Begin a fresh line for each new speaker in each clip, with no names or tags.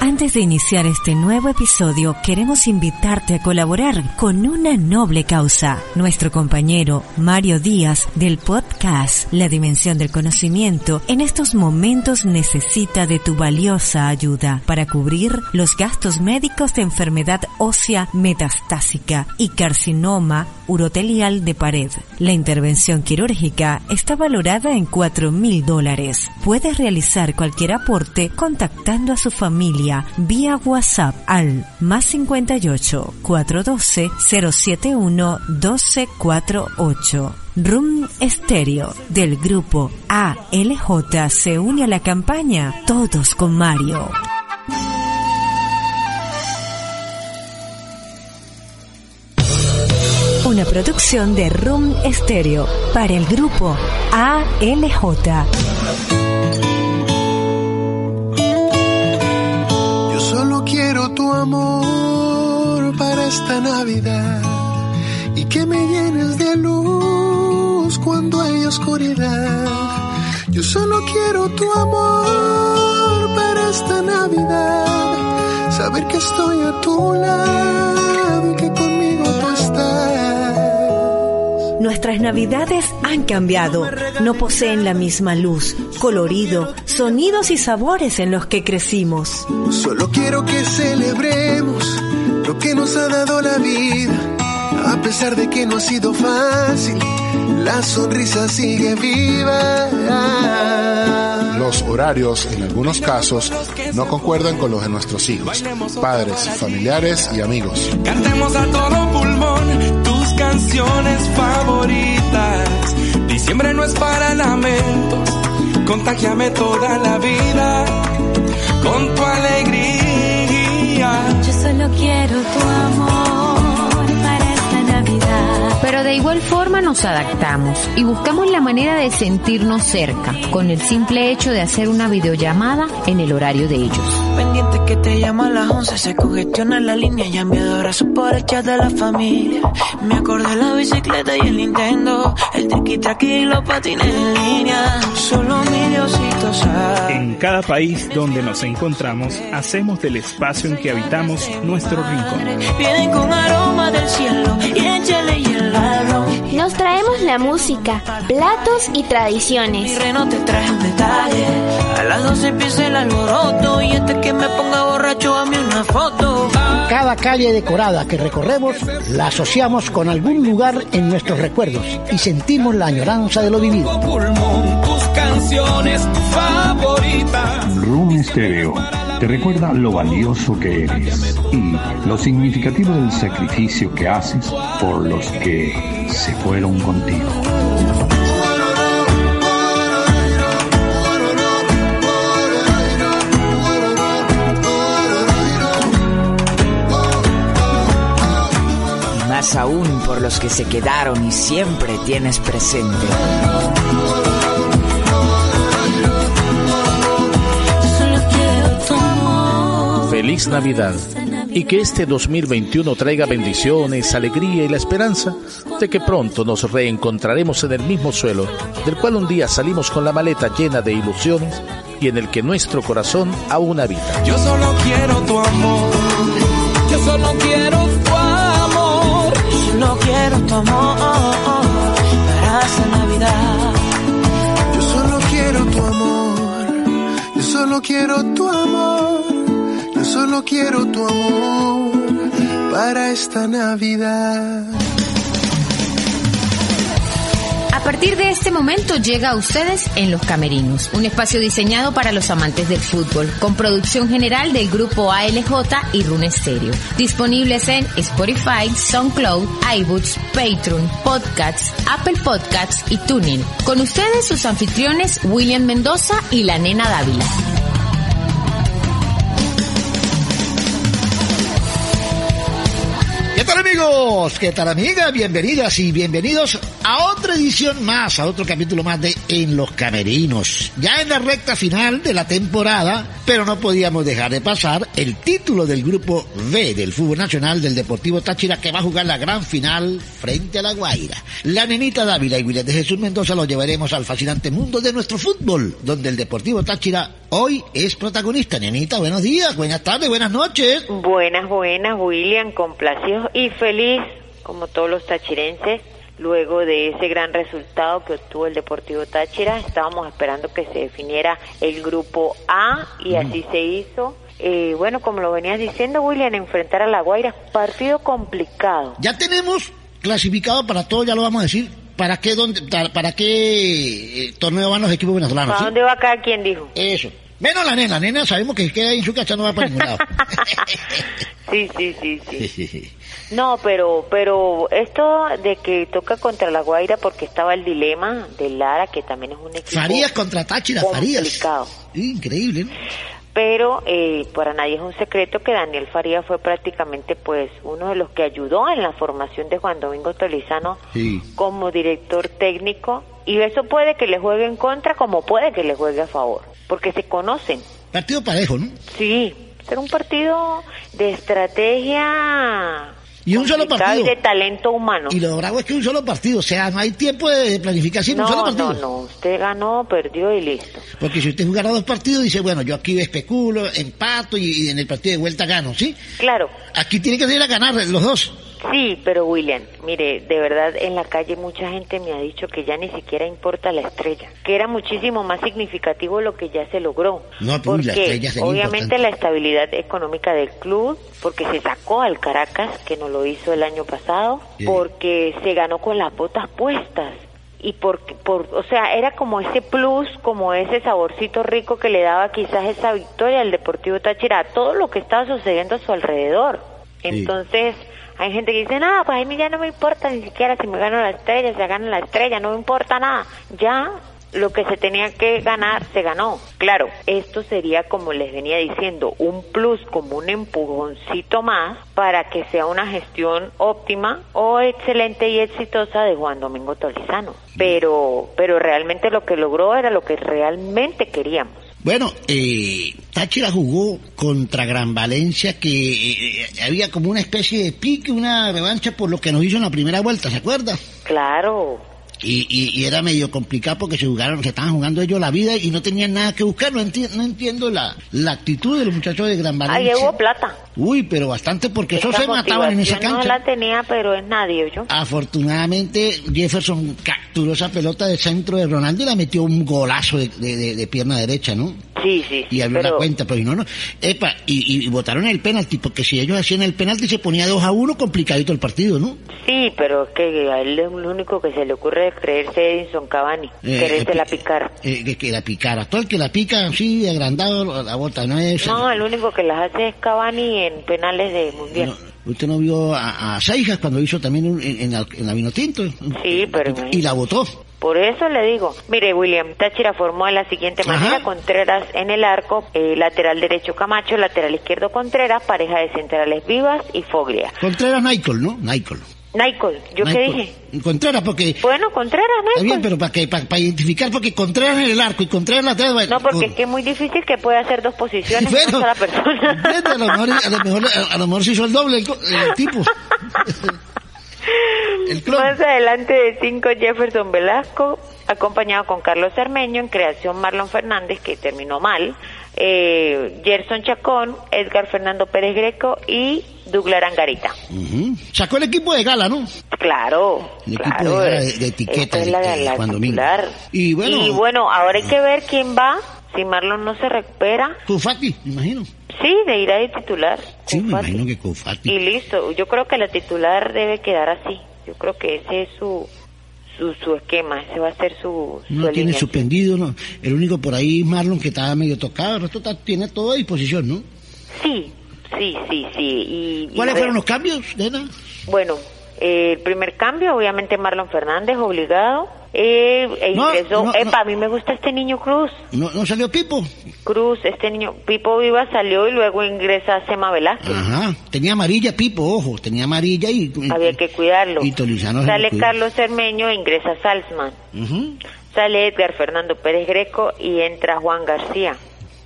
Antes de iniciar este nuevo episodio, queremos invitarte a colaborar con una noble causa. Nuestro compañero Mario Díaz del podcast La Dimensión del Conocimiento en estos momentos necesita de tu valiosa ayuda para cubrir los gastos médicos de enfermedad ósea metastásica y carcinoma urotelial de pared. La intervención quirúrgica está valorada en 4 mil dólares. Puedes realizar cualquier aporte contactando a su familia vía WhatsApp al más 58 412 071 1248. Room Stereo del grupo ALJ se une a la campaña Todos con Mario. Una producción de Room Stereo para el grupo ALJ.
Yo solo quiero tu amor para esta Navidad y que me llenes de luz cuando hay oscuridad. Yo solo quiero tu amor para esta Navidad, saber que estoy a tu lado y que conmigo tú estás.
Nuestras navidades han cambiado. No poseen la misma luz, colorido, sonidos y sabores en los que crecimos.
Solo quiero que celebremos lo que nos ha dado la vida. A pesar de que no ha sido fácil, la sonrisa sigue viva.
Los horarios en algunos casos no concuerdan con los de nuestros hijos, padres, familiares y amigos.
Cantemos a todo pulmón tus canciones favoritas. Diciembre no es para lamentos, contagiame toda la vida con tu alegría.
Yo solo quiero tu amor para esta Navidad.
Pero de igual forma nos adaptamos y buscamos la manera de sentirnos cerca con el simple hecho de hacer una videollamada en el horario de ellos.
Pendiente que te llama a las 11, se congestiona la línea y enviado abrazos por el chat de la familia. Me acordé la bicicleta y el Nintendo, el triqui traqui y los patines en línea. Solo mi Diosito sabe.
En cada país donde nos encontramos, hacemos del espacio en que habitamos nuestro rincón.
Vienen con aroma del cielo y échale hielo al ron.
Nos traemos la música, platos y
Mi
tradiciones.
reno te traje un detalle. A las 12 empieza el alboroto y este que me ponga borracho a mí una foto.
Cada calle decorada que recorremos la asociamos con algún lugar en nuestros recuerdos y sentimos la añoranza de lo vivido.
Todo pulmón tus canciones favoritas.
Room Stereo te recuerda lo valioso que eres y lo significativo del sacrificio que haces por los que se fueron contigo.
Más aún por los que se quedaron y siempre tienes presente.
Yo solo quiero tu amor.
Feliz Navidad y que este 2021 traiga bendiciones, alegría y la esperanza de que pronto nos reencontraremos en el mismo suelo del cual un día salimos con la maleta llena de ilusiones y en el que nuestro corazón aún habita.
Yo solo quiero tu amor. Yo solo quiero tu amor.
No quiero tu amor para esta Navidad.
Yo solo quiero tu amor, yo solo quiero tu amor, yo solo quiero tu amor para esta Navidad.
A partir de este momento llega a ustedes En los Camerinos, un espacio diseñado para los amantes del fútbol, con producción general del grupo ALJ y Rune Stereo. Disponibles en Spotify, SoundCloud, iBooks, Patreon, Podcasts, Apple Podcasts y TuneIn. Con ustedes sus anfitriones William Mendoza y la nena Dávila.
amigos? ¿Qué tal amigas? Bienvenidas y bienvenidos a otra edición más, a otro capítulo más de En los Camerinos. Ya en la recta final de la temporada, pero no podíamos dejar de pasar el título del grupo B del fútbol nacional del Deportivo Táchira que va a jugar la gran final frente a La Guaira. La nenita Dávila y William de Jesús Mendoza los llevaremos al fascinante mundo de nuestro fútbol, donde el Deportivo Táchira hoy es protagonista. Nenita, buenos días, buenas tardes, buenas noches.
Buenas, buenas, William, complacido y feliz, como todos los tachirenses, luego de ese gran resultado que obtuvo el Deportivo Táchira. Estábamos esperando que se definiera el grupo A y así se hizo. Eh, bueno, como lo venías diciendo, William, enfrentar a La Guaira, partido complicado.
Ya tenemos clasificado para todo, ya lo vamos a decir. ¿Para qué, dónde, para, para qué eh, torneo van los equipos venezolanos?
¿Para
sí?
dónde va cada quien dijo?
Eso. Menos la nena, la nena sabemos que queda ahí en su casa, no va para ningún lado.
Sí, sí, sí, sí. No, pero, pero esto de que toca contra La Guaira porque estaba el dilema de Lara, que también es un equipo
Farías contra Táchira, Farías.
complicado.
Increíble, ¿no?
pero eh, para nadie es un secreto que Daniel Faría fue prácticamente pues uno de los que ayudó en la formación de Juan Domingo Tolizano
Sí.
como director técnico y eso puede que le juegue en contra como puede que le juegue a favor porque se conocen
Partido parejo, ¿no?
sí será un partido de estrategia
Y un solo
complicada y
partido.
de talento humano
Y lo bravo es que un solo partido, o sea, no hay tiempo de planificación, un solo
no
partido.
no no usted ganó perdió y listo
Porque si usted jugara dos partidos, dice, bueno, yo aquí especulo, empato y, y en el partido de vuelta gano, ¿sí?
claro
Aquí tiene que salir a ganar los dos.
Sí, pero William, mire, de verdad en la calle mucha gente me ha dicho que ya ni siquiera importa la estrella, que era muchísimo más significativo lo que ya se logró.
No, pues, la
porque
estrella sería
obviamente
importante.
la estabilidad económica del club, porque se sacó al Caracas, que no lo hizo el año pasado,
Sí.
porque se ganó con las botas puestas. Y porque, por, o sea, era como ese plus, como ese saborcito rico que le daba quizás esa victoria al Deportivo Táchira, a todo lo que estaba sucediendo a su alrededor. Entonces, hay gente que dice, nada, pues a mí ya no me importa ni siquiera si me gano la estrella, si gano la estrella, no me importa nada. Ya lo que se tenía que ganar se ganó. Claro, esto sería, como les venía diciendo, un plus, como un empujoncito más para que sea una gestión óptima o excelente y exitosa de Juan Domingo Tolizano. Pero, pero realmente lo que logró era lo que realmente queríamos.
Bueno, eh, Táchira jugó contra Gran Valencia, que eh, había como una especie de pique, una revancha por lo que nos hizo en la primera vuelta, ¿se acuerda?
Claro.
Y, y- y era medio complicado porque se jugaron, se estaban jugando ellos la vida y no tenían nada que buscar. No, enti- no entiendo la, la actitud de los muchachos de Gran
Ahí
Valencia.
hubo plata.
Uy, pero bastante porque eso
Esa
se mataban en esa
motivación
cancha.
No la tenía, pero es nadie, yo.
Afortunadamente, Jefferson capturó esa pelota del centro de Ronaldo y la metió un golazo de, de- de- de pierna derecha, ¿no?
Sí, sí.
Y abrió la cuenta, pero si no, no. Epa, y, y votaron el penalti, porque si ellos hacían el penalti se ponía 2 a 1, complicadito el partido, ¿no?
Sí, pero es que a él es lo único que se le ocurre es creerse Edison Cavani,
Eh,
querérsela picar.
Eh, que, que la picara. Todo el que la pica así, agrandado, la bota, ¿no es?
No, el único que las hace es Cavani en penales de mundial.
Usted no vio a, a Seijas cuando hizo también un- en, en la, en la Vinotinto.
Sí, pero
Y la votó.
Por eso le digo, mire William, Táchira formó de la siguiente manera, Contreras en el arco, eh, lateral derecho Camacho, lateral izquierdo Contreras, pareja de centrales Vivas y Foglia.
Contreras Nicol, ¿no? Nicol.
Nicol, ¿yo qué
Nicol.
dije?
Contreras, porque...
Bueno, Contreras,
Está
Nicol.
bien, pero para que para, para identificar, porque Contreras en el arco y Contreras en la atrás...
No, porque es que es muy difícil que pueda hacer dos posiciones una sola persona.
a, lo mejor, a, lo mejor, a lo mejor se hizo el doble el, co- el tipo.
Más adelante de cinco, Jefferson Velasco, acompañado con Carlos Armeño, en creación Marlon Fernández, que terminó mal, eh, Gerson Chacón, Edgar Fernando Pérez Greco y Douglas Angarita.
Ujú. Sacó el equipo de gala, ¿no?
Claro,
El equipo
claro.
de, gala de,
eh,
de etiqueta
esta es
de,
la-
de
la
Juan Domingo.
titular.
Y bueno, ah.
Y bueno, ahora hay que ver quién va, si Marlon no se recupera.
Cufati, me imagino.
Sí, de ir ahí titular.
Sí, me imagino que Cufati.
Y listo, yo creo que la titular debe quedar así. Yo creo que ese es su su, su esquema, ese va a ser su, su
No tiene
alineación.
suspendido, no. El único por ahí, Marlon, que estaba medio tocado. El resto está- tiene todo a disposición, ¿no?
Sí, sí, sí, sí. Y, y
¿Cuáles
re-
fueron los cambios, nena?
Bueno, eh, el primer cambio, obviamente Marlon Fernández obligado, eh, e ingresó, epa, a mí me gusta este niño Cruz.
¿No, no salió Pipo?
Cruz, este niño, Pipo Viva salió y luego ingresa Sema Velázquez.
Ajá, tenía amarilla Pipo, ojo, tenía amarilla Mm, y...
Había que cuidarlo.
Y Tolizano se lo
Sale
cuidó.
Carlos Cermeño e ingresa Salzman.
Ujú,
Sale Edgar Fernando Pérez Greco y entra Juan García.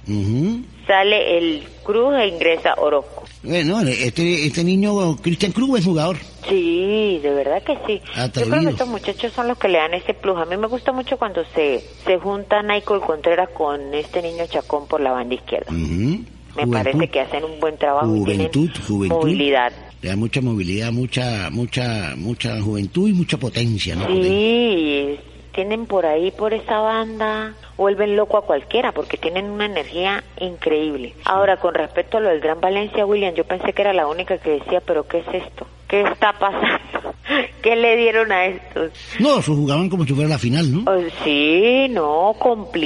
ujú.
Sale el Cruz e ingresa Orozco.
Bueno, este, este niño, Cristian Cruz, es jugador.
Sí, de verdad que sí. Yo creo
Atrevido.
que estos muchachos son los que le dan ese plus. A mí me gusta mucho cuando se, se junta Michael Contreras con este niño Chacón por la banda izquierda.
Ujú.
Me
Mm. Juventud.
parece que hacen un buen trabajo y
Juventud,
tienen
juventud.
movilidad.
Le da mucha movilidad, mucha, mucha, mucha juventud y mucha potencia, ¿no?
Sí, tienen por ahí, por esa banda, vuelven loco a cualquiera porque tienen una energía increíble. Ahora, con respecto a lo del Gran Valencia, William, yo pensé que era la única que decía, pero ¿qué es esto? ¿Qué está pasando? ¿Qué le dieron a estos?
No, eso jugaban como si fuera la final, ¿no?
Oh, Sí, no,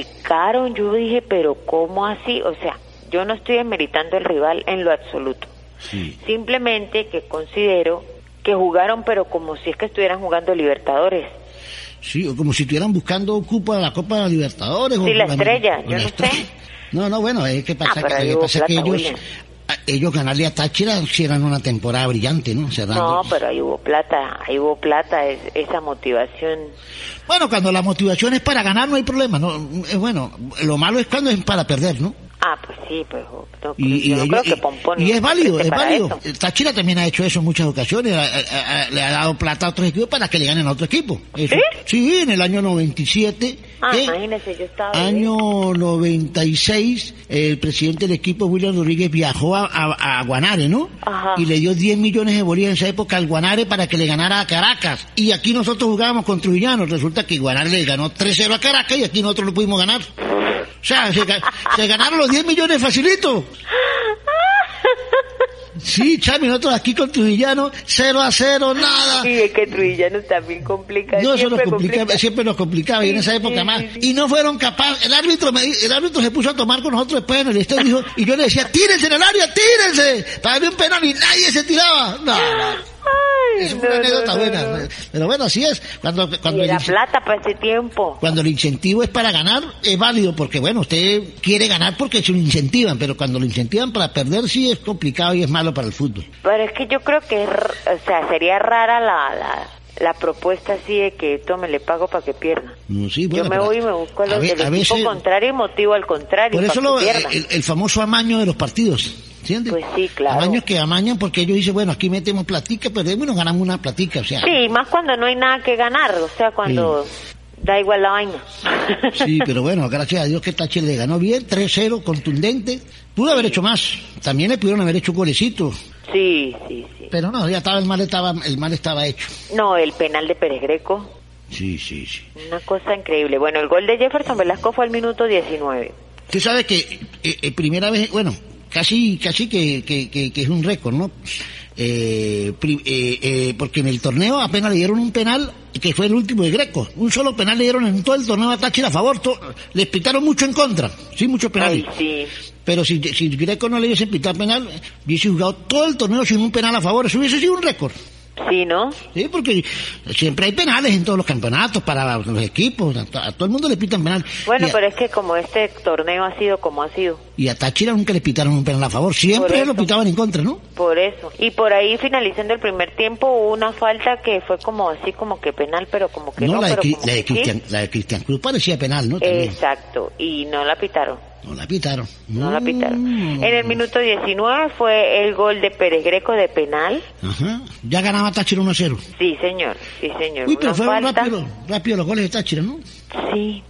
complicaron. Yo dije, pero ¿cómo así? O sea, yo no estoy desmeritando el rival en lo absoluto.
Sí.
Simplemente que considero que jugaron, pero como si es que estuvieran jugando Libertadores.
Sí, o como si estuvieran buscando Copa, la Copa Libertadores. o
Sí, la
jugando-
estrella,
o
yo
la
no
estrella.
sé. Ah,
No, no, bueno, es que pasa,
pero
que,
ahí
lo que
hubo
pasa es que
plata,
ellos,
William.
a- ellos ganarle a Táchira hicieron una temporada brillante, ¿no? Cerrando.
No, pero ahí hubo plata, ahí hubo plata, es- esa motivación.
Bueno, cuando la motivación es para ganar no hay problema, ¿no? Es bueno, lo malo es cuando es para perder, ¿no?
Ah, pues sí, pues no,
Y, y
yo no
ellos-
creo que
y-
Pompón
y es válido,
esté
es
para
válido.
eso.
Táchira también ha hecho eso en muchas ocasiones, ha- ha- ha- le ha dado plata a otros equipos para que le ganen a otro equipo. Eso. Sí, en el año 97,
Ah,
¿eh?
imagínese, yo estaba...
año 96, el presidente del equipo, William Rodríguez, viajó a, a- a Guanare, ¿no?
Ajá.
Y le dio 10 millones de bolívares en esa época al Guanare para que le ganara a Caracas. Y aquí nosotros jugábamos con Trujillanos. Resulta que Guanare le ganó 3-0 a Caracas y aquí nosotros lo pudimos ganar. O sea, se, ga- se ganaron los 10 millones facilito. Sí, Chami, nosotros aquí con Trujillanos, 0 a 0, nada.
Sí, es que Trujillanos también complica.
No, eso
siempre
nos complicaba,
complica.
siempre nos complicaba y en esa
Sí,
época
sí,
más.
sí,
Y no fueron capaces. El árbitro me- el árbitro se puso a tomar con nosotros después en el estadio dijo, y yo le decía, tírense en el área, tírense, para darle un penal y nadie se tiraba. No, no. es una
no,
anécdota
no,
buena. eh,
no, no.
Pero bueno, así es. Cuando,
Y
cuando, el,
era
ince-
plata para ese tiempo.
cuando el incentivo es para ganar, es válido, porque bueno, usted quiere ganar porque se lo incentivan, pero cuando lo incentivan para perder, sí es complicado y es malo para el fútbol.
Pero es que yo creo que, es r- o sea, sería rara la, la, la propuesta así de que tome, le pago para que pierda.
No, sí,
yo
bueno,
me
pero
voy y me busco a
a
los
ve-
del
a
equipo
veces-
contrario y motivo al contrario
Por
para
eso
que
lo- eh,
pierda.
el, el famoso amaño de los partidos. ¿Entiendes?
Pues sí, claro.
Amaños que amañan porque ellos dicen, bueno, aquí metemos platica, perdemos y nos ganamos una platica. O sea,
Sí, más cuando no hay nada que ganar, o sea, cuando da igual la vaina.
sí, pero bueno, gracias a Dios que Táchira le ganó bien, 3-0, contundente. Pudo haber hecho más. También le pudieron haber hecho un golecito.
Sí, sí, sí.
Pero no, ya estaba, el mal estaba, el mal estaba hecho.
No, el penal de Pérez Greco,
Sí, sí, sí.
una cosa increíble. Bueno, el gol de Jefferson Velasco fue al minuto 19.
Usted sabe que eh, eh, primera vez, bueno, casi, casi que, que, que- que es un récord, ¿no? Eh, pri- eh, eh, porque en el torneo apenas le dieron un penal que fue el último de Greco. Un solo penal le dieron en todo el torneo a Táchira a favor. to- les pitaron mucho en contra. Sí, muchos penales.
Sí,
Pero si, si Greco no le hubiese pitado penal, hubiese jugado todo el torneo sin un penal a favor. Eso hubiese sido un récord.
sí, ¿no?
Sí, porque siempre hay penales en todos los campeonatos para los equipos. A, to- a todo el mundo le pitan penal.
Bueno,
Y a-
pero es que como este torneo ha sido como ha sido.
Y a Táchira nunca le pitaron un penal a favor, siempre lo pitaban en contra, ¿no?
Por eso. Y por ahí, finalizando el primer tiempo, hubo una falta que fue como así, como que penal, pero como que no,
No, la, de,
pero
Cri-
como
la de
que sí.
Cristian, la de Cristian Cruz parecía penal, ¿no? También.
Exacto. Y no la pitaron.
No la pitaron.
No la
Mm.
pitaron. En el minuto 19 fue el gol de Pérez Greco de penal.
Ajá. Ya ganaba Táchira 1 0.
Sí, señor. Sí, señor.
Uy, pero
Una
fueron
falta.
rápido, rápido los goles de Táchira, ¿no?
Sí,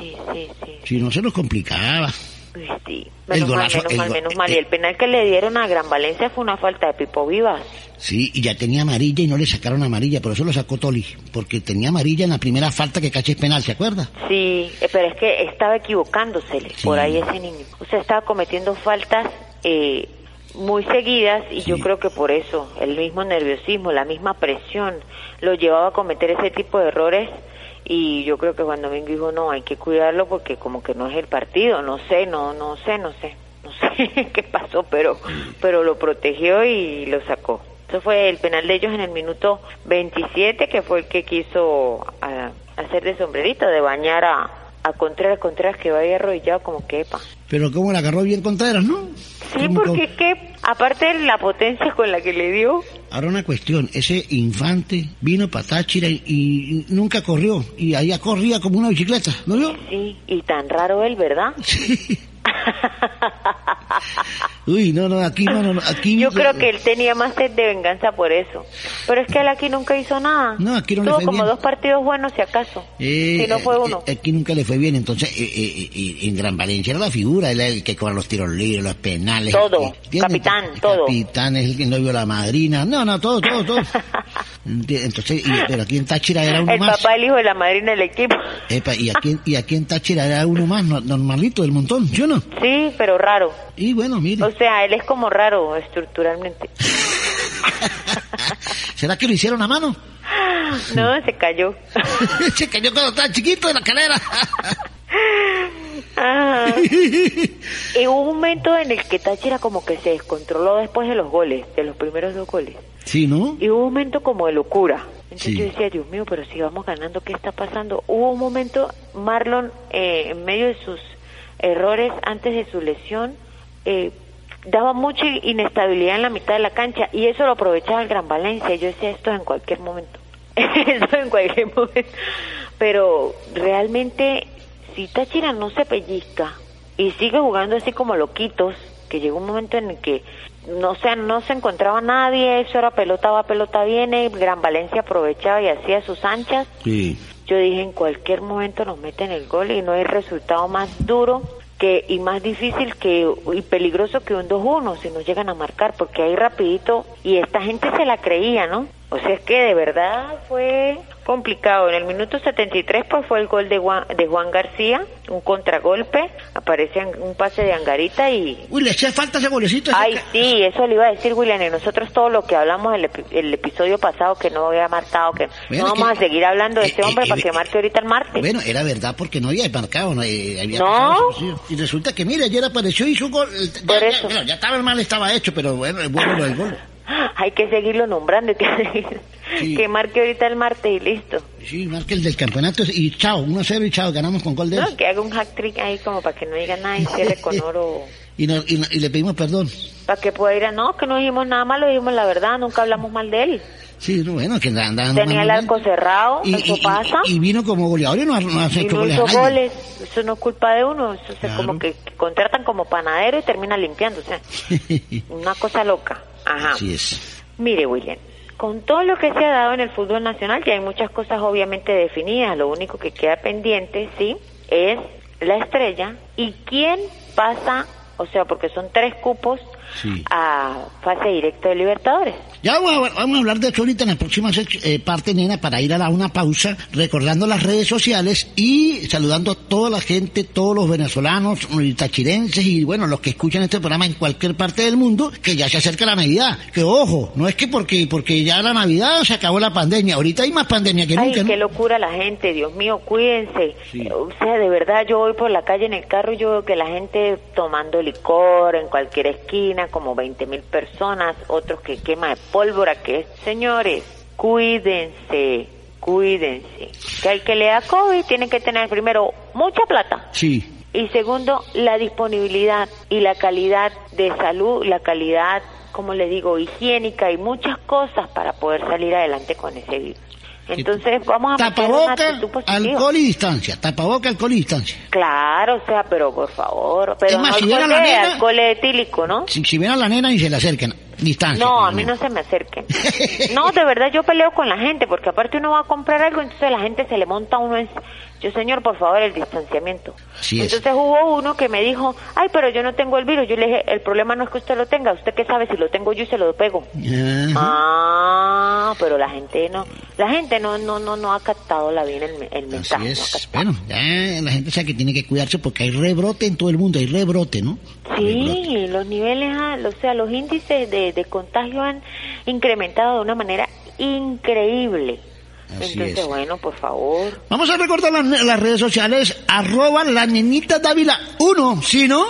sí, sí, sí.
Si no se los complicaba.
Uy, sí.
El
Menos
golazo-
mal, menos
el
mal,
go-
menos mal. Y el penal que le dieron a Gran Valencia fue una falta de Pipo Vivas.
Sí, y ya tenía amarilla y no le sacaron amarilla, por eso lo sacó Toli. Porque tenía amarilla en la primera falta que caché es penal, ¿se acuerda?
Sí, eh, pero es que estaba equivocándose por ahí ese niño. O sea, estaba cometiendo faltas eh, muy seguidas y yo creo que por eso el mismo nerviosismo, la misma presión lo llevaba a cometer ese tipo de errores y yo creo que Juan Domingo dijo, no, hay que cuidarlo porque como que no es el partido, no sé, no, no sé, no sé, no sé qué pasó, pero, pero lo protegió y lo sacó. Eso fue el penal de ellos en el minuto 27, que fue el que quiso ah, hacer de sombrerito, de bañar a, a Contreras, Contreras que vaya arrodillado como quepa.
Pero como la agarró bien Contreras, ¿no?
Sí, porque es que, aparte de la potencia con la que le dio,
Ahora una cuestión, ese infante vino para Táchira y, y nunca corrió, y allá corría como una bicicleta, ¿no vio?
sí, y tan raro él, ¿verdad?
Uy, no, no, aquí no, no, no, aquí...
Yo creo que él tenía más sed de venganza por eso. Pero es que él aquí nunca hizo nada.
No, aquí no le
Tuvo
fue
como
bien.
dos partidos buenos, si acaso.
Eh,
si no fue
eh,
uno.
eh, aquí nunca le fue bien, entonces eh, eh, eh, en Gran Valencia era la figura, era el que cobra los tiros libres, los penales.
Todo,
¿entiendes?
capitán,
El
todo.
Capitán es el que no vio la madrina, no, no, todo, todo, todo. Enti- entonces, y- pero aquí en Táchira era uno
el
más.
papá, el hijo de la madrina del equipo.
Epa, y, aquí, y aquí en Táchira era uno más, no- normalito del montón, ¿yo no?
Sí, pero raro.
Y bueno, mire.
O sea, él es como raro estructuralmente.
¿Será que lo hicieron a mano? Ah,
No, se cayó.
se cayó cuando estaba chiquito de la escalera.
Ajá. y hubo un momento en el que Táchira como que se descontroló después de los goles, de los primeros dos goles.
Sí, ¿no?
Y hubo un momento como de locura. Entonces
Sí.
yo decía, Dios mío, pero si vamos ganando, ¿qué está pasando? Hubo un momento, Marlon, eh, en medio de sus errores antes de su lesión, eh, daba mucha inestabilidad en la mitad de la cancha y eso lo aprovechaba el Gran Valencia. Yo decía, esto es en cualquier momento. eso en cualquier momento. Pero realmente, si Táchira no se pellizca y sigue jugando así como loquitos, que llegó un momento en el que no se, no se encontraba nadie, eso era pelota va, pelota viene, y Gran Valencia aprovechaba y hacía sus anchas.
Sí.
Yo dije, en cualquier momento nos meten el gol y no hay resultado más duro que y más difícil que y peligroso que un 2-1 si nos llegan a marcar, porque ahí rapidito, y esta gente se la creía, ¿no? O sea, es que de verdad fue complicado. En el minuto 73 pues fue el gol de Juan, de Juan García, un contragolpe, aparece ang- un pase de Angarita y...
Uy, le hacía falta ese golecito. ese
Ay,
ca-
sí, eso le iba a decir William, y nosotros todo lo que hablamos el, epi- el episodio pasado que no había marcado, que
Bueno,
no
es que-
vamos a seguir hablando de este hombre
eh,
para
eh,
que marque ahorita el martes.
Bueno, era verdad porque no había marcado, no eh, había
No.
pasado eso, sí. Y resulta que, mira, ayer apareció y hizo un gol. eh, Ya, ya, bueno, ya estaba el mal, estaba hecho, pero bueno, es bueno lo del gol.
Hay que seguirlo nombrando, hay que, seguir- que marque ahorita el martes y listo.
Sí, más que el del campeonato. Y chao, 1-0 y chao, ganamos con gol de él.
No, que haga un hack trick ahí como para que no diga nada y cierre con oro.
Y, no- y no- y le pedimos perdón.
Para que pueda ir a, no, que no dijimos nada malo, dijimos la verdad, nunca hablamos mal de él.
Sí, no, bueno, que andaban
Tenía el arco cerrado,
y,
eso
y- y-
pasa.
y vino como goleador y no, ha- no ha
Y
hecho
no
goles. a
hizo
nadie.
goles, eso no es culpa de uno, eso se como que, que contratan como panadero y termina limpiándose. Una cosa loca. Ajá.
Así es.
Mire, William, con todo lo que se ha dado en el fútbol nacional, ya hay muchas cosas obviamente definidas. Lo único que queda pendiente, sí, es la estrella y quién pasa, o sea, porque son tres cupos
Sí.
a fase directa de Libertadores.
Ya vamos a, vamos a hablar de eso ahorita en la próxima sec- eh, parte, nena, para ir a la, una pausa, recordando las redes sociales y saludando a toda la gente, todos los venezolanos, y tachirenses y bueno, los que escuchan este programa en cualquier parte del mundo, que ya se acerca la Navidad. Que ojo, no es que porque, porque ya la Navidad se acabó la pandemia, ahorita hay más pandemia que
Ay,
nunca, ¿no?
qué locura la gente, Dios mío, cuídense. O sea, de verdad, yo voy por la calle en el carro y yo veo que la gente tomando licor en cualquier esquina, como 20 mil personas, otros que quema de pólvora, que señores, cuídense, cuídense. Que al que le da COVID tiene que tener primero mucha plata.
Sí.
Y segundo, la disponibilidad y la calidad de salud, la calidad, como le digo, higiénica y muchas cosas para poder salir adelante con ese virus. Entonces vamos a mantener una
Tapaboca,
actitud positiva.
alcohol y distancia. Tapaboca, alcohol y distancia.
Claro, o sea, pero por favor, pero
Es más,
no
si hubiera
alcohol,
la
de,
nena-
alcohol etílico, ¿no?
Si, si ven a la nena y se le acercan, distancia.
No, a mí no se me acerquen. No, de verdad yo peleo con la gente, porque aparte uno va a comprar algo, entonces la gente se le monta a uno en... Yo, señor, por favor, el distanciamiento.
Así es.
Entonces hubo uno que me dijo, ay, pero yo no tengo el virus. Yo le dije, el problema no es que usted lo tenga, usted qué sabe, si lo tengo yo y se lo pego.
Ajá.
Ah, pero la gente no, la gente no, no, no, no ha captado la bien el, me- el
Así
mensaje.
es. Bueno, ya la gente sabe que tiene que cuidarse porque hay rebrote en todo el mundo, hay rebrote, ¿no?
Sí, los niveles, ah, o sea, los índices de, de contagio han incrementado de una manera increíble.
Así
Entonces,
es.
bueno, por favor.
Vamos a recordar las, las redes sociales, arroba la nenita Dávila 1, ¿sí no?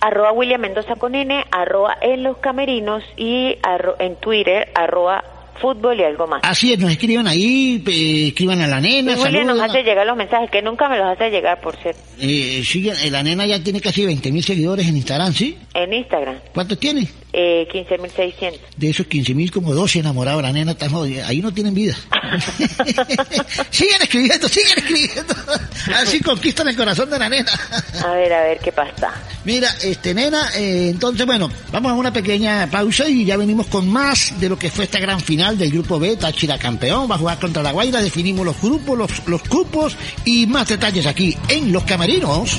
Arroba William Mendoza con N, arroba en los camerinos y arro- en Twitter, arroba fútbol y algo más.
Así es, nos escriban ahí, eh, escriban a la nena.
Y William nos
salúdenla.
hace llegar los mensajes, que nunca me los hace llegar, por cierto,
Eh, sí, eh, la nena ya tiene casi 20 mil seguidores en Instagram, ¿sí?
en Instagram.
¿Cuántos tiene?
Eh, 15.600.
De esos 15 mil, como 12 enamorados, la nena está jodida. Ahí no tienen vida. sigan escribiendo, sigan escribiendo. Así conquistan el corazón de la nena.
A ver, a ver qué pasa.
Mira, este nena, eh, entonces bueno, vamos a una pequeña pausa y ya venimos con más de lo que fue esta gran final del grupo B, Táchira campeón, va a jugar contra la Guaira, definimos los grupos, los, los cupos y más detalles aquí en Los Camerinos.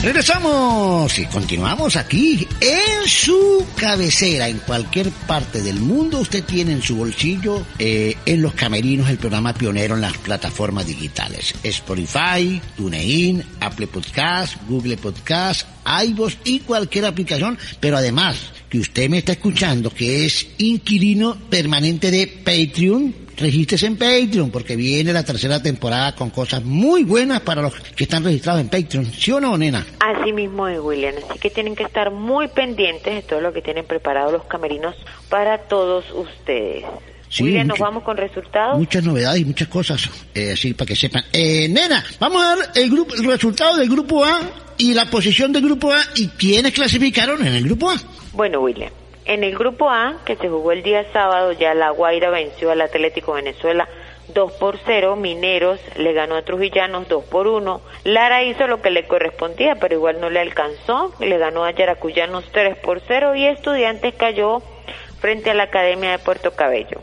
Regresamos y continuamos aquí en su cabecera, en cualquier parte del mundo. Usted tiene en su bolsillo, eh, en los camerinos, el programa pionero en las plataformas digitales: Spotify, TuneIn, Apple Podcast, Google Podcast, iVoox y cualquier aplicación. Pero además, que usted me está escuchando, que es inquilino permanente de Patreon. Regístrese en Patreon porque viene la tercera temporada con cosas muy buenas para los que están registrados en Patreon. ¿Sí o no, nena?
Así mismo es, William. Así que tienen que estar muy pendientes de todo lo que tienen preparado los camerinos para todos ustedes.
Sí,
William, nos
mucho-
vamos con resultados.
Muchas novedades y muchas cosas, eh, así para que sepan. Eh, nena, vamos a ver el, grupo, el resultado del grupo A y la posición del grupo A y quiénes clasificaron en el grupo A.
Bueno, William, en el grupo A, que se jugó el día sábado, ya La Guaira venció al Atlético Venezuela 2 por 0, Mineros le ganó a Trujillanos 2 por 1, Lara hizo lo que le correspondía, pero igual no le alcanzó, le ganó a Yaracuyanos 3 por 0 y Estudiantes cayó frente a la Academia de Puerto Cabello.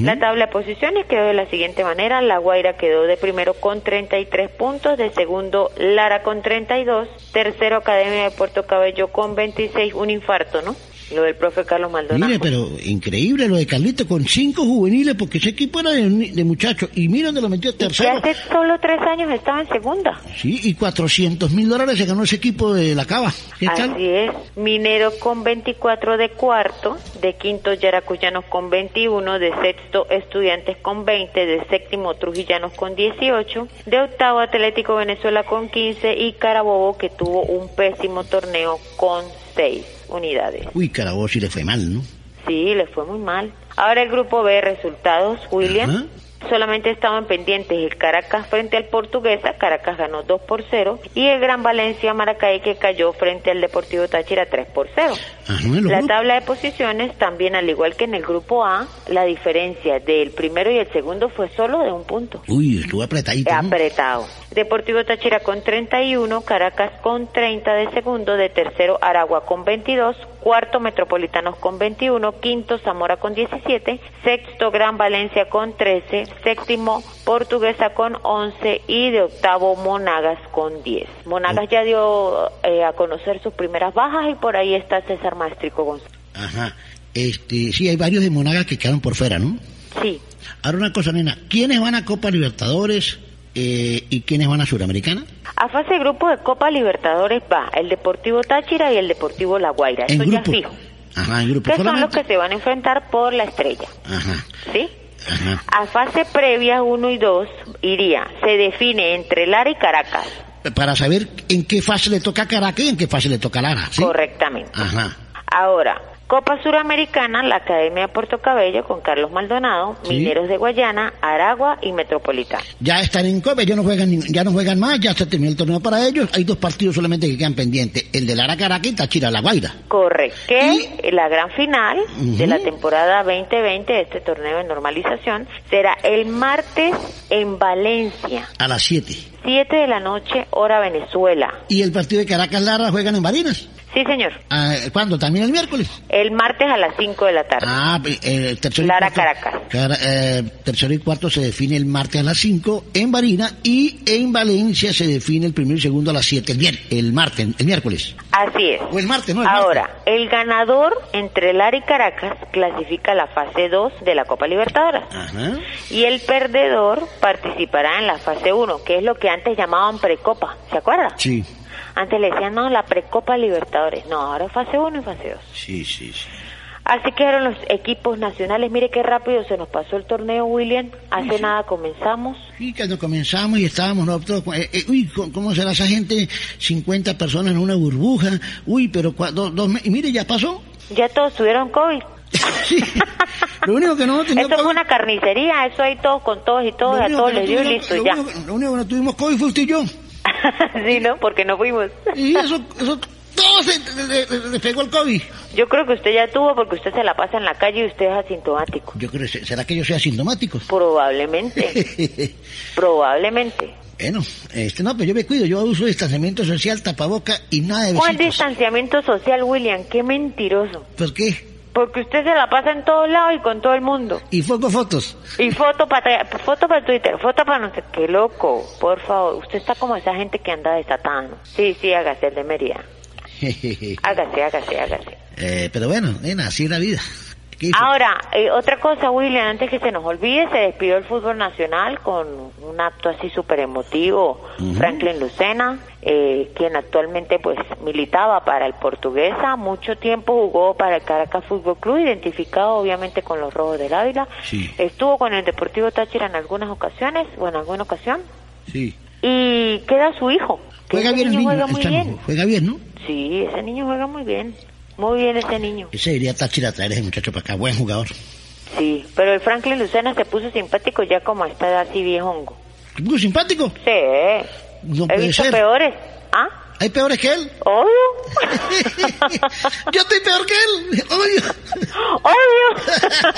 La tabla de posiciones quedó de la siguiente manera. La Guaira quedó de primero con 33 puntos, de segundo Lara con 32, tercero Academia de Puerto Cabello con 26, un infarto, ¿no? Lo del profe Carlos Maldonado.
Mire, pero increíble lo de Carlito con cinco juveniles porque ese equipo era de, ni- de muchachos y mira dónde lo metió
Que
tercero.
hace solo tres años estaba en segunda.
Sí, y 400 mil dólares se ganó ese equipo de la cava. ¿Qué tal?
Así es. Minero con 24 de cuarto, de quinto Yaracuyanos con 21, de sexto Estudiantes con 20, de séptimo Trujillanos con 18, de octavo Atlético Venezuela con 15 y Carabobo que tuvo un pésimo torneo con 6 unidades.
Uy, Carabobo sí le fue mal, ¿no?
Sí, le fue muy mal. Ahora el grupo B, resultados, William. Solamente estaban pendientes el Caracas frente al Portuguesa, Caracas ganó 2 por 0, y el Gran Valencia Maracay que cayó frente al Deportivo Táchira 3 por 0.
Ah,
La tabla de posiciones también, al igual que en el grupo A, la diferencia del primero y el segundo fue solo de un punto.
Uy, estuvo apretadito. ¿no?
Apretado. Deportivo Táchira con 31, Caracas con 30 de segundo, de tercero Aragua con 22, cuarto Metropolitanos con 21, quinto Zamora con 17, sexto Gran Valencia con 13, séptimo Portuguesa con 11 y de octavo Monagas con 10. Monagas ya dio eh, a conocer sus primeras bajas y por ahí está César Maestrico González.
Ajá. Este, sí, hay varios de Monagas que quedaron por fuera, ¿no?
Sí.
Ahora una cosa, nena. ¿Quiénes van a Copa Libertadores eh, y quiénes van a Suramericana?
A fase de grupo de Copa Libertadores va el Deportivo Táchira y el Deportivo La Guaira.
En
Eso ya
grupo.
fijo.
Ajá, en grupo.
que son los
solamente.
que se van a enfrentar por la estrella,
Ajá,
¿sí?
ajá.
A fase previa 1 y 2 iría, se define entre Lara y Caracas,
Para saber en qué fase le toca a Caracas y en qué fase le toca a Lara, ¿sí?
correctamente.
Ajá.
Ahora, Copa Suramericana, la Academia de Puerto Cabello con Carlos Maldonado,
Sí.
Mineros de Guayana, Aragua y Metropolitana.
Ya están en Copa, ya no juegan, ni- ya no juegan más, ya se terminó el torneo para ellos. Hay dos partidos solamente que quedan pendientes, el de Lara Caracas y Táchira La Guaira.
Correcto. Que la gran final de la temporada 2020 de este torneo de normalización será el martes en Valencia,
A las 7.
7 de la noche, hora Venezuela.
Y el partido de Caracas Lara juegan en Barinas.
Sí, señor.
Ah, ¿Cuándo? ¿También el miércoles?
El martes a las 5 de la tarde.
Ah, pe- eh, el tercero
Lara
y cuarto, Cara- eh, tercero y cuarto se define el martes a las 5 en Barina y en Valencia se define el primero y segundo a las 7 el, vier- el martes, el miércoles.
Así es.
Ah. O el martes, ¿no? El
Ahora, el ganador entre Lara y Caracas clasifica a la fase 2 de la Copa Libertadores.
Ajá.
Y el perdedor participará en la fase 1, que es lo que antes llamaban precopa. ¿Se acuerda?
Sí,
Antes le decían, no, la precopa Libertadores. No, ahora es fase 1 y fase 2.
sí, sí. sí.
Así quedaron los equipos nacionales. Mire qué rápido se nos pasó el torneo, William. Hace
Sí, sí.
nada comenzamos.
Y cuando comenzamos y estábamos nosotros, eh, eh, uy, ¿cómo- ¿cómo será esa gente? 50 personas en una burbuja, uy, pero cua- do- dos, me- y mire, ya pasó.
Ya todos tuvieron COVID.
Lo único que no teníamos
Esto fue una carnicería, eso hay todos con todos y todos, a todos les dio y listo,
lo,
ya.
único, que- lo único que no tuvimos COVID fue usted y yo.
sí, ¿no? Porque no fuimos.
Y eso, eso todo se le, le- le pegó el COVID.
Yo creo que usted ya tuvo porque usted se la pasa en la calle y usted es asintomático.
Yo creo, ¿se- ¿será que yo soy asintomático?
Probablemente, probablemente.
bueno, este, no, pero yo me cuido, yo uso distanciamiento social, tapaboca y nada de
¿Cuál
besitos.
distanciamiento social, William? Qué mentiroso.
¿Por qué?
Porque usted se la pasa en todos lados y con todo el mundo.
Y poco fotos.
Y foto para foto para Twitter, foto para no sé qué loco. Por favor, usted está como esa gente que anda desatando. Sí, sí, hágase el de Mérida. Hágase, hágase, hágase.
Eh, pero bueno, nena, así es la vida. ¿Qué hizo?
Ahora, eh, otra cosa, William, antes que se nos olvide, se despidió el fútbol nacional con un acto así súper emotivo. Franklin Lucena, eh, quien actualmente pues militaba para el Portuguesa, mucho tiempo jugó para el Caracas Fútbol Club, identificado obviamente con los Rojos del Ávila.
Sí,
Estuvo con el Deportivo Táchira en algunas ocasiones, o en alguna ocasión,
sí.
y queda su hijo. que
Juega
ese
bien el
niño
niño,
juega
el
muy
chamo,
bien.
Juega bien, ¿no?
Sí, ese niño juega muy bien. Muy bien ese niño.
Ese diría Táchira traer a ese muchacho para acá, buen jugador.
Sí, pero el Franklin Lucena se puso simpático ya como está así viejongo.
¿Muy simpático?
Sí.
No
He
puede
visto
ser.
peores. ¿Ah?
¿Hay peores que él?
Obvio.
Yo estoy peor que él. Obvio.
Obvio.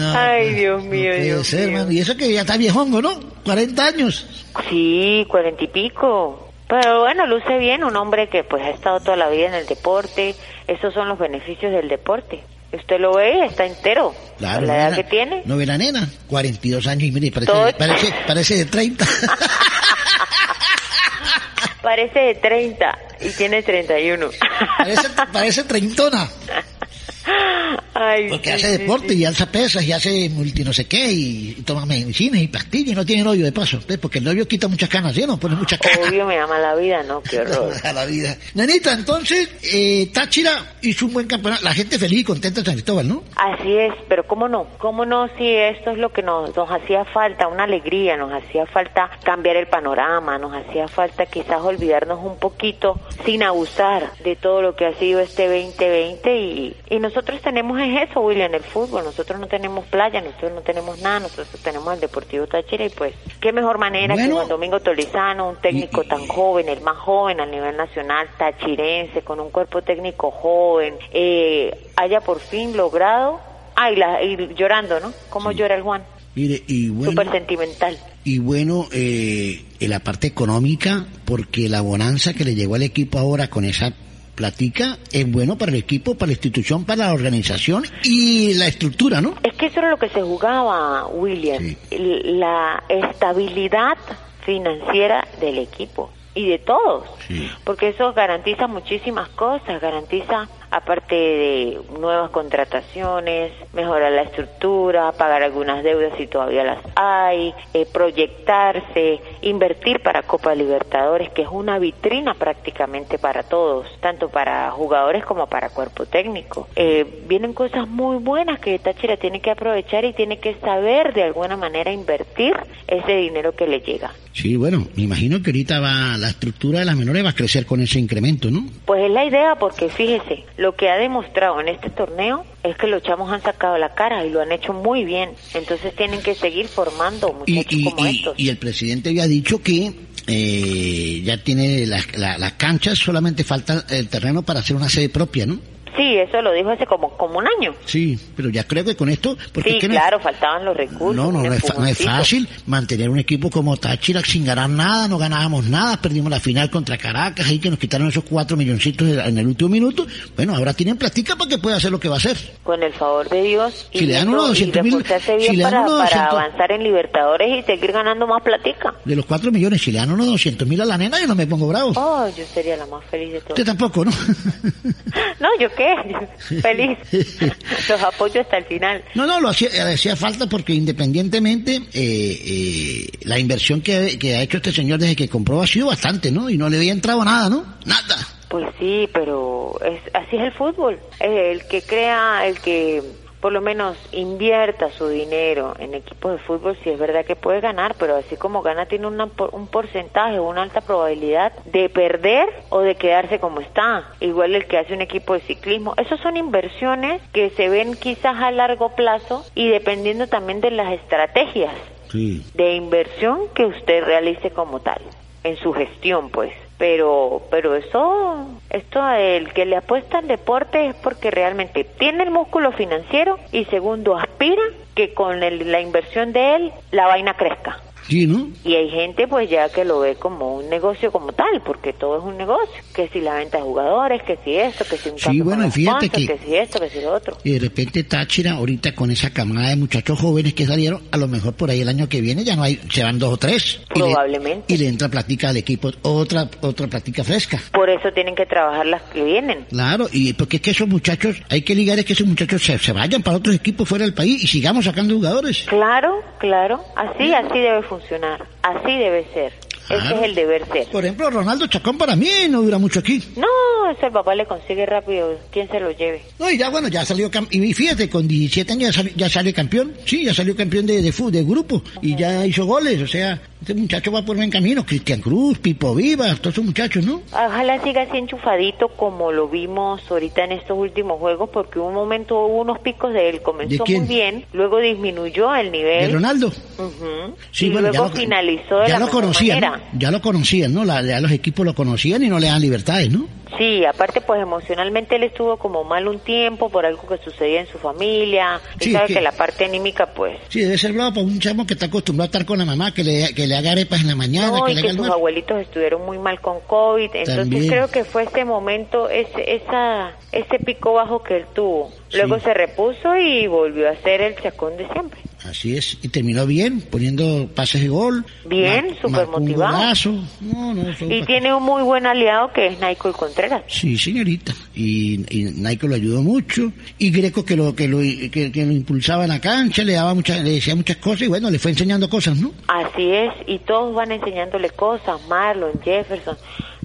No,
Ay, Dios mío,
puede
Dios
ser,
mío.
mano. Y eso que ya está viejongo, ¿no? 40 años.
Sí, cuarenta y pico. Pero bueno, luce bien un hombre que pues ha estado toda la vida en el deporte. Esos son los beneficios del deporte. Usted lo ve y está entero.
Claro,
la edad
nena.
que tiene.
No ve la nena. 42 años y mire,
Todo-
parece, parece, parece de 30.
Parece de 30 y tiene 31.
parece, parece treintona.
Ay,
Porque
sí,
hace
sí,
deporte
sí.
y alza pesas y hace multi no sé qué y, y toma medicinas y pastillas y no tiene novio de paso. ¿ves? Porque el novio quita muchas canas, ¿sí? No pone muchas canas.
Obvio me ama la vida, ¿no? Qué horror.
A la vida. Nanita, entonces, eh, Táchira hizo un buen campeonato. La gente feliz y contenta en San Cristóbal, ¿no?
Así es, pero ¿cómo no? ¿Cómo no si esto es lo que nos, nos hacía falta, una alegría, nos hacía falta cambiar el panorama, nos hacía falta quizás olvidarnos un poquito sin abusar de todo lo que ha sido este 2020 y, y nosotros tenemos es eso, William, el fútbol, nosotros no tenemos playa, nosotros no tenemos nada, nosotros tenemos el Deportivo Táchira y pues qué mejor manera que
Bueno.
Juan Domingo Tolizano, un técnico tan joven, el más joven a nivel nacional, tachirense, con un cuerpo técnico joven, eh, haya por fin logrado, ay, la, y llorando, ¿no? ¿Cómo llora el Juan?
Mire, y bueno,
Súper sentimental.
y bueno eh, en la parte económica, porque la bonanza que le llegó al equipo ahora con esa platica es bueno para el equipo, para la institución, para la organización y la estructura, ¿no?
Es que eso era lo que se jugaba, William, l- la estabilidad financiera del equipo y de todos. porque eso garantiza muchísimas cosas, garantiza aparte de nuevas contrataciones, mejorar la estructura, pagar algunas deudas si todavía las hay, eh, proyectarse, invertir para Copa Libertadores, que es una vitrina prácticamente para todos, tanto para jugadores como para cuerpo técnico. Eh, vienen cosas muy buenas que Táchira tiene que aprovechar y tiene que saber de alguna manera invertir ese dinero que le llega.
Sí, bueno, me imagino que ahorita va la estructura de las menores va a crecer con ese incremento, ¿no?
Pues es la idea porque fíjese, lo que ha demostrado en este torneo es que los chamos han sacado la cara y lo han hecho muy bien. Entonces tienen que seguir formando
Y,
muchachos
y-
como
y-
estos.
y el presidente había dicho que eh, ya tiene las la- las canchas, solamente falta el terreno para hacer una sede propia, ¿no?
Sí, eso lo dijo hace como, como un año.
Sí, pero ya creo que con esto... Porque
Sí,
es que no es-
claro, faltaban los recursos.
No, no,
un
no es, fa- no es
empujoncito.
fácil mantener un equipo como Táchira sin ganar nada, no ganábamos nada, perdimos la final contra Caracas, ahí que nos quitaron esos cuatro milloncitos de- en el último minuto. Bueno, ahora tienen plática para que pueda hacer lo que va a hacer.
Con el favor de Dios.
Si le dan
uno
unos 200 mil-
bien
si le dan
para,
unos
para
200
avanzar en Libertadores y seguir ganando más platica.
De los cuatro millones, si le dan unos 200 mil a la nena, yo no me pongo bravo.
Oh, yo sería la más feliz de
Usted
todos.
tampoco, ¿no?
No, ¿yo qué? Feliz. Los apoyo hasta el final.
No, no, lo hacía, eh, hacía falta porque independientemente eh, eh, la inversión que, que ha hecho este señor desde que compró ha sido bastante, ¿no? Y no le había entrado nada, ¿no? Nada.
Pues sí, pero es, así es el fútbol. Eh, El que crea, el que por lo menos invierta su dinero en equipos de fútbol, sí es verdad que puede ganar, pero así como gana tiene una por- un porcentaje, una alta probabilidad de perder o de quedarse como está. Igual el que hace un equipo de ciclismo. Esas son inversiones que se ven quizás a largo plazo y dependiendo también de las estrategias
Sí.
de inversión que usted realice como tal, en su gestión pues. Pero, pero eso, esto el que le apuesta al deporte es porque realmente tiene el músculo financiero y segundo aspira que con el- la inversión de él la vaina crezca.
Sí, ¿no?
Y hay gente pues ya que lo ve como un negocio como tal, porque todo es un negocio, que si la venta de jugadores, que si esto, que si un
Sí,
cambio
bueno,
con
y
los
fíjate
sponsors,
que-
que si esto, que si lo otro.
Y de repente Táchira, ahorita con esa camada de muchachos jóvenes que salieron, a lo mejor por ahí el año que viene ya no hay, se van dos o tres. Y le-
Probablemente.
Y le, entra plática al equipo, otra, otra plática fresca.
Por eso tienen que trabajar las que vienen.
Claro, y porque es que esos muchachos, hay que ligar es que esos muchachos se, se vayan para otros equipos fuera del país y sigamos sacando jugadores.
Claro, claro. Así, así debe funcionar. Así debe ser. Ese
Claro.
es el deber ser.
Por ejemplo, Ronaldo Chacón para mí no dura mucho aquí.
No, ese papá le consigue rápido. ¿Quién se lo lleve?
No, y ya bueno, ya salió cam- y fíjate, con 17 años ya salió, ya sale campeón, sí, ya salió campeón de, de, fu- de grupo y ya hizo goles, o sea, este muchacho va por buen camino, Cristian Cruz, Pipo Viva, todos esos muchachos, ¿no?
Ojalá siga así enchufadito como lo vimos ahorita en estos últimos juegos, porque hubo un momento hubo unos picos de él.
¿De
Comenzó
quién?
muy bien, luego disminuyó el
De
nivel.
Ronaldo.
Ujú.
Sí,
y
bueno,
luego
ya lo-
finalizó de
ya
la
lo
mejor
conocían, ¿no?
manera.
ya lo conocían, ¿no? La- ya los equipos lo conocían y no le dan libertades, ¿no?
Sí, aparte pues emocionalmente él estuvo como mal un tiempo por algo que sucedía en su familia. Y
Sí,
sabe
que-
que la parte anímica pues
Sí, debe ser bravo para un chamo que está acostumbrado a estar con la mamá, que le, que le haga arepas en la mañana,
No,
que
y
le
que
haga el
sus
almuerzo.
abuelitos estuvieron muy mal con COVID. Entonces
También.
creo que fue ese momento, ese, esa, ese pico bajo que él tuvo. Luego se repuso y volvió a ser el chacón de siempre.
Así es, y terminó bien, poniendo pases de gol.
Bien,
mar-
súper
marcó un
motivado.
golazo. No, no, fue un
Y tiene un muy buen aliado que es Naico Contreras.
Sí, señorita. Y, y Nike lo ayudó mucho. Y Greco que lo que lo, que, que lo impulsaba en la cancha, le daba muchas, le decía muchas cosas y bueno, le fue enseñando cosas, ¿no?
Así es, y todos van enseñándole cosas, Marlon, Jefferson,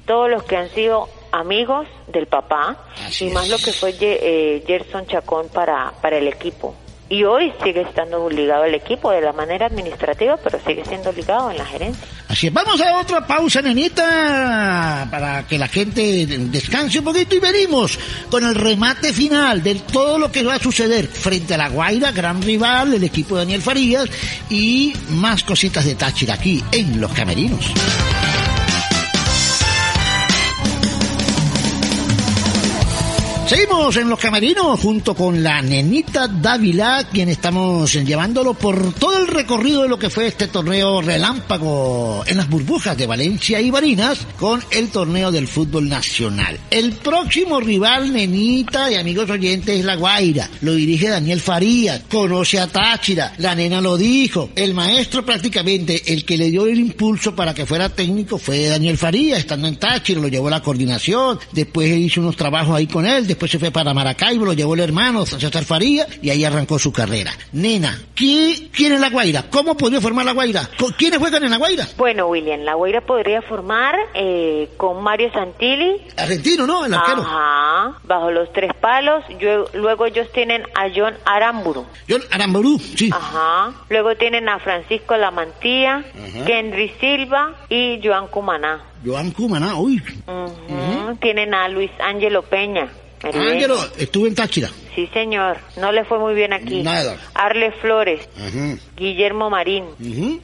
todos los que han sido amigos del papá, y más lo que fue Ye- eh, Gerson Chacón para, para el equipo. Y hoy sigue estando ligado al equipo de la manera administrativa, pero sigue siendo ligado en la gerencia.
Así es. Vamos a otra pausa, nenita, para que la gente descanse un poquito y venimos con el remate final de todo lo que va a suceder frente a la Guaira, gran rival, el equipo de Daniel Farías y más cositas de Táchira aquí en Los Camerinos. Seguimos en los camerinos junto con la nenita Dávila, quien estamos llevándolo por todo el recorrido de lo que fue este torneo relámpago en las burbujas de Valencia y Barinas con el torneo del fútbol nacional. El próximo rival, nenita y amigos oyentes, es La Guaira. Lo dirige Daniel Farías, conoce a Táchira, la nena lo dijo. El maestro prácticamente, el que le dio el impulso para que fuera técnico fue Daniel Farías, estando en Táchira, lo llevó a la coordinación, después hizo unos trabajos ahí con él, después se fue para Maracaibo, lo llevó el hermano César Farías y ahí arrancó su carrera. Nena, ¿qué, ¿quién es La Guaira? ¿Cómo podría formar La Guaira? ¿Con- ¿Quiénes juegan en La Guaira?
Bueno, William, la Guaira podría formar eh, con Mario Santilli.
Argentino, ¿no? El arquero.
Ajá, bajo los tres palos. Yo- luego ellos tienen a John Aramburu.
John Aramburú, sí.
Ah. Ajá. Luego tienen a Francisco Lamantía,
Ajá.
Henry Silva y Joan Cumaná.
Joan Cumaná, uy.
Ujú. Tienen a Luis Ángelo Peña. merideño.
Ángelo, estuve en Táchira.
Sí, señor. No le fue muy bien aquí.
Nada.
Arle Flores,
Ajá.
Guillermo Marín,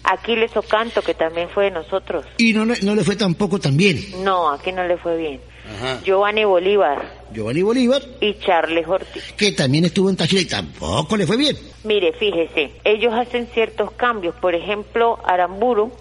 Aquiles Ocanto, que también fue de nosotros.
Y no, le- no le fue tampoco tan bien.
No, aquí no le fue bien.
Ajá.
Giovanni Bolívar
Giovanni Bolívar,
y Charles Ortiz.
que también estuvo en Táchira y tampoco le fue bien.
Mire, fíjese, ellos hacen ciertos cambios. Por ejemplo, Aramburu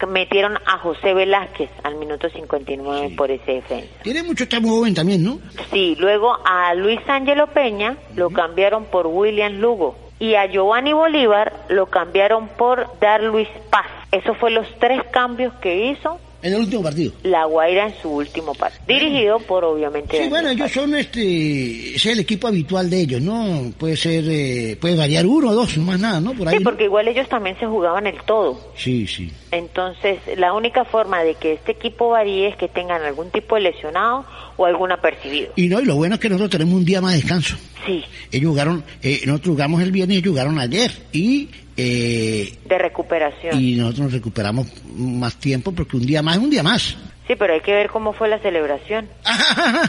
que metieron a José Velázquez al minuto 59 por ese defensa.
Tiene mucho tan joven también, ¿no?
Sí, luego a Luis Ángelo Peña lo cambiaron por William Lugo. Y a Giovanni Bolívar lo cambiaron por Dar Luis Paz. Esos fueron los tres cambios que hizo
En el último partido.
La Guaira en su último partido. Dirigido por, obviamente,
Sí,
Daniel
bueno, ellos son este, es el equipo habitual de ellos, ¿no? Puede ser, eh, puede variar uno o dos, no más nada, ¿no? Por ahí.
Sí,
¿no?
porque igual ellos también se jugaban el todo.
Sí, sí.
Entonces, la única forma de que este equipo varíe es que tengan algún tipo de lesionado o algún apercibido.
Y no, y lo bueno es que nosotros tenemos un día más de descanso.
Sí,
Ellos jugaron, eh, nosotros jugamos el viernes, ellos jugaron ayer. Y, eh,
de recuperación.
y nosotros nos recuperamos más tiempo porque un día más es un día más.
Sí, pero hay que ver cómo fue la celebración.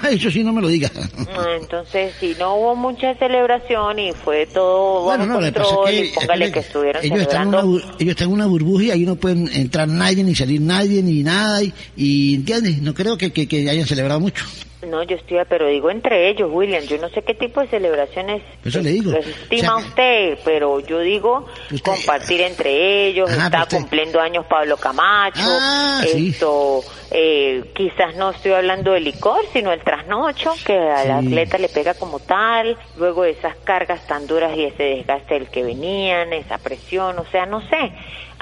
Eso sí, no me lo diga.
Ah, Entonces, si no hubo mucha celebración y fue todo bajo
Bueno, no, lo que pasa
control,
es que-
y póngale que estuvieron
Ellos están, en
celebrando.
una, bur- ellos están en una burbuja y ahí no pueden entrar nadie, ni salir nadie, ni nada. Y, y, ¿entiendes? No creo que, que- que hayan celebrado mucho.
No, yo estoy, pero digo entre ellos, William. Yo no sé qué tipo de celebraciones
Eso le digo.
estima usted, pero yo digo compartir entre ellos. está
Ajá, Ah, pero usted-
cumpliendo años Pablo Camacho.
Ah, sí.
esto, eh, quizás no estoy hablando de licor, sino el trasnocho, que al
Sí.
atleta le pega como tal. Luego esas cargas tan duras y ese desgaste del que venían, esa presión, o sea, no sé.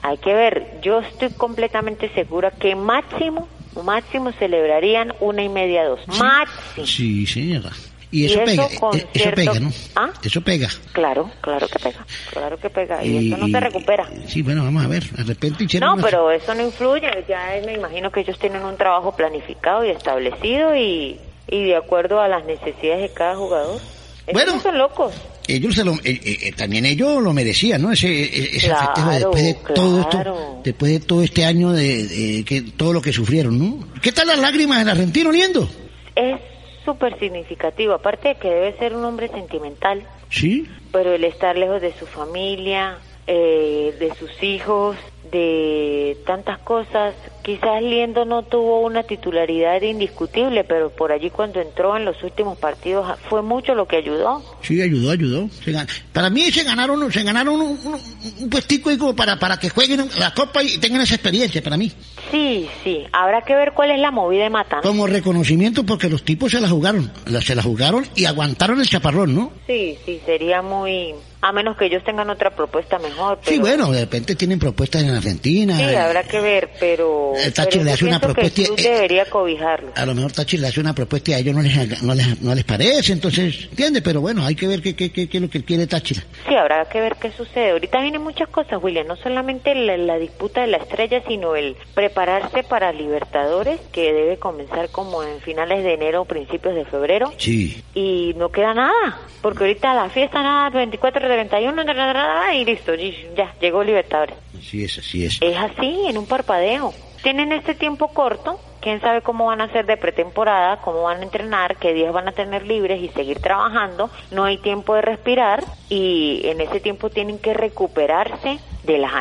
Hay que ver, yo estoy completamente segura que máximo, máximo celebrarían una y media, dos. Máximo.
Sí, señora. Y
Y
eso
eso
pega,
con
eh, eso
cierto-
pega, ¿no?
¿Ah?
Eso pega.
Claro, claro que pega, claro que pega, y,
Y-
eso no
y-
se recupera.
Sí, bueno, vamos a ver. De repente hicieron
No,
una-
pero eso no influye, ya me imagino que ellos tienen un trabajo planificado y establecido y, y de acuerdo a las necesidades de cada jugador. Esos no son locos.
ellos se lo, eh, eh, eh, también ellos lo merecían, ¿no? Ese, eh, ese
Claro,
festejo después de todo
claro.
esto, después de todo este año de, de que todo lo que sufrieron, ¿no? ¿Qué tal las lágrimas del argentino oliendo?
Es súper significativo, aparte de que debe ser un hombre sentimental,
Sí.
pero el estar lejos de su familia, eh, de sus hijos, de tantas cosas, quizás Liendo no tuvo una titularidad indiscutible, pero por allí cuando entró en los últimos partidos fue mucho lo que ayudó.
Sí, ayudó, ayudó. Se gan- Para mí se ganaron, se ganaron un, un- un puestico ahí como para, para que jueguen la copa y tengan esa experiencia para mí.
Sí, sí, habrá que ver cuál es la movida de Mata. ¿no?
Como reconocimiento porque los tipos se la jugaron, la- se la jugaron y aguantaron el chaparrón, ¿no?
Sí, sí, sería muy... A menos que ellos tengan otra propuesta mejor. Pero...
Sí, bueno, de repente tienen propuestas en Argentina.
Sí,
eh,
habrá que ver, pero...
El
pero
Táchira le
yo
hace una
pienso que el
propuesta- eh,
club debería cobijarlo.
a lo mejor Tachi le hace una propuesta y a ellos no les, no les, no les parece, entonces, ¿entiendes? Pero bueno, hay que ver qué, qué, qué, qué es lo que quiere Táchira.
Sí, habrá que ver qué sucede. Ahorita vienen muchas cosas, William. No solamente la, la disputa de la estrella, sino el prepararse para Libertadores, que debe comenzar como en finales de enero o principios de febrero.
Sí.
Y no queda nada, porque ahorita la fiesta nada, 24, 31, nada, nada, nada, y listo, y ya, llegó Libertadores.
Así es, así es.
Es así, en un parpadeo. Tienen este tiempo corto, quién sabe cómo van a hacer de pretemporada, cómo van a entrenar, qué días van a tener libres y seguir trabajando. No hay tiempo de respirar y en ese tiempo tienen que recuperarse de las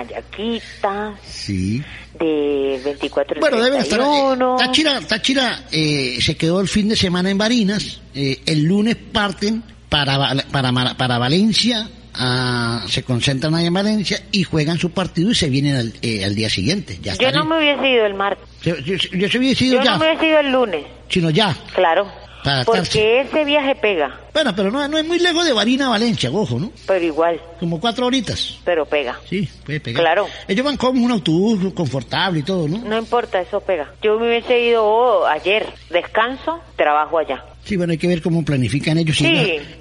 hallaquitas,
Sí.
del 24
Bueno, deben estar. eh,
31.
Táchira, Táchira eh, se quedó el fin de semana en Barinas. eh, el lunes parten para, Val- para, Mar- para Valencia. ah, se concentran ahí en Valencia y juegan su partido y se vienen al, eh, al día siguiente. Ya
Yo
están
no
en-
me hubiese ido el martes,
yo, yo- yo se hubiese ido
yo
ya,
no me hubiese ido el lunes,
sino ya.
claro,
Para
porque ese viaje pega,
Bueno, pero no, no es muy lejos de Barinas a Valencia, ojo, ¿no?
pero igual,
Como cuatro horitas.
pero pega.
Sí, puede pegar.
Claro.
Ellos van con un autobús confortable y todo, ¿no?
No importa, eso pega. Yo me hubiese ido oh, ayer, descanso, trabajo allá.
Sí, bueno, hay que ver cómo planifican ellos.
Sí,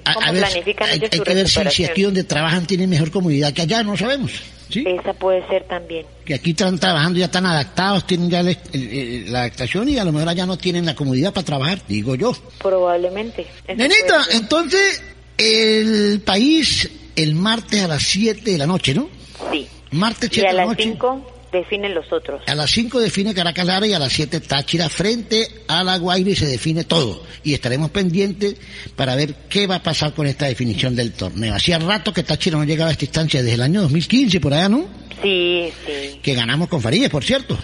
a-
cómo
a ver,
planifican
hay,
ellos
hay
su
que ver si, si
recuperación.
aquí donde trabajan tienen mejor comodidad que allá, no sabemos. ¿sí?
Esa puede ser también.
Que aquí están trabajando, ya están adaptados, tienen ya el- el- el- la adaptación y a lo mejor allá no tienen la comodidad para trabajar, digo yo.
Probablemente. Eso
Nenita,
puede ser.
entonces, el país el martes a las 7 de la noche, ¿no?
Sí.
Martes
Y
7
a
de la
las
noche.
5 definen los otros.
A las 5 define Caracas Lara y a las 7 Táchira frente a La Guaira y se define todo. Y estaremos pendientes para ver qué va a pasar con esta definición del torneo. Hacía rato que Táchira no llegaba a esta instancia, desde el año 2015 por allá, ¿no?
Sí, sí.
Que ganamos con Farías, por cierto.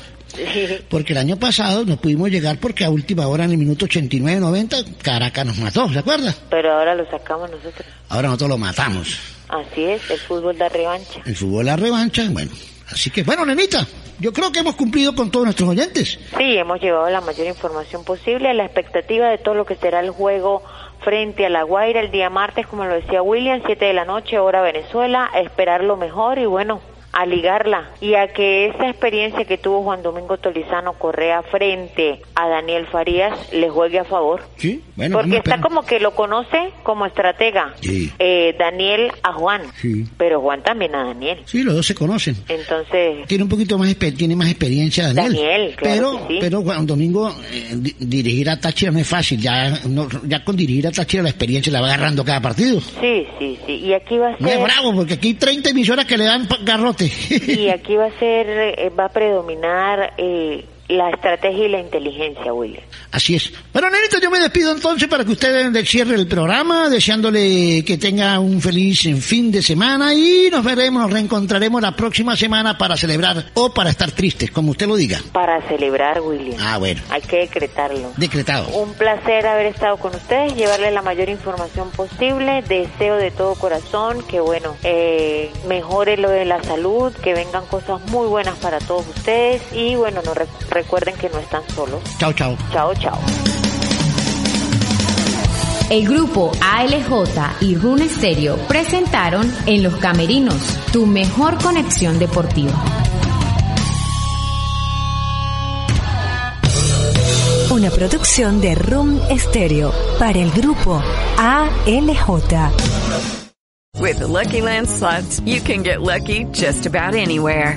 Porque el año pasado no pudimos llegar porque a última hora, en el minuto 89-90, Caracas nos mató, ¿se acuerda?
Pero ahora lo sacamos nosotros.
Ahora nosotros lo matamos.
Así es, el fútbol da revancha.
El fútbol la revancha, bueno. Así que, bueno, nenita, yo creo que hemos cumplido con todos nuestros oyentes.
Sí, hemos llevado la mayor información posible a la expectativa de todo lo que será el juego frente a La Guaira el día martes, como lo decía William, 7 de la noche, hora Venezuela, a esperar lo mejor y bueno, a ligarla y a que esa experiencia que tuvo Juan Domingo Tolizano Correa frente a Daniel Farías le juegue a favor.
Sí, bueno,
Porque
vamos a
está
esperar.
como que lo conoce como estratega.
Sí.
Eh, Daniel a Juan,
Sí.
pero Juan también a Daniel.
Sí, los dos se conocen.
Entonces,
Tiene un poquito más, exper- tiene más experiencia Daniel.
Daniel, claro
pero,
que sí.
pero Juan Domingo, eh, di- dirigir a Táchira no es fácil. Ya, no- ya con dirigir a Táchira la experiencia la va agarrando cada partido.
sí, sí, sí. Y aquí va a ser...
No es bravo, porque aquí hay 30 emisoras que le dan pa- garrote.
Y aquí va a ser, eh, va a predominar eh, la estrategia y la inteligencia, William.
Así es. Bueno, Nenito, yo me despido entonces para que ustedes den cierre el programa, deseándole que tenga un feliz eh, fin de semana y nos veremos, nos reencontraremos la próxima semana para celebrar o para estar tristes, como usted lo diga.
Para celebrar, William.
Ah, bueno,
Hay que decretarlo.
decretado.
Un placer haber estado con ustedes, llevarles la mayor información posible. Deseo de todo corazón que, bueno, eh, mejore lo de la salud, que vengan cosas muy buenas para todos ustedes y, bueno, no re- recuerden que no están solos.
Chao, chao.
Chao, chao.
El grupo ALJ y Rune Stereo presentaron En los Camerinos, tu mejor conexión deportiva.
Una producción de Room Stereo para el grupo ALJ.
With the Lucky Land slots, you can get lucky just about anywhere.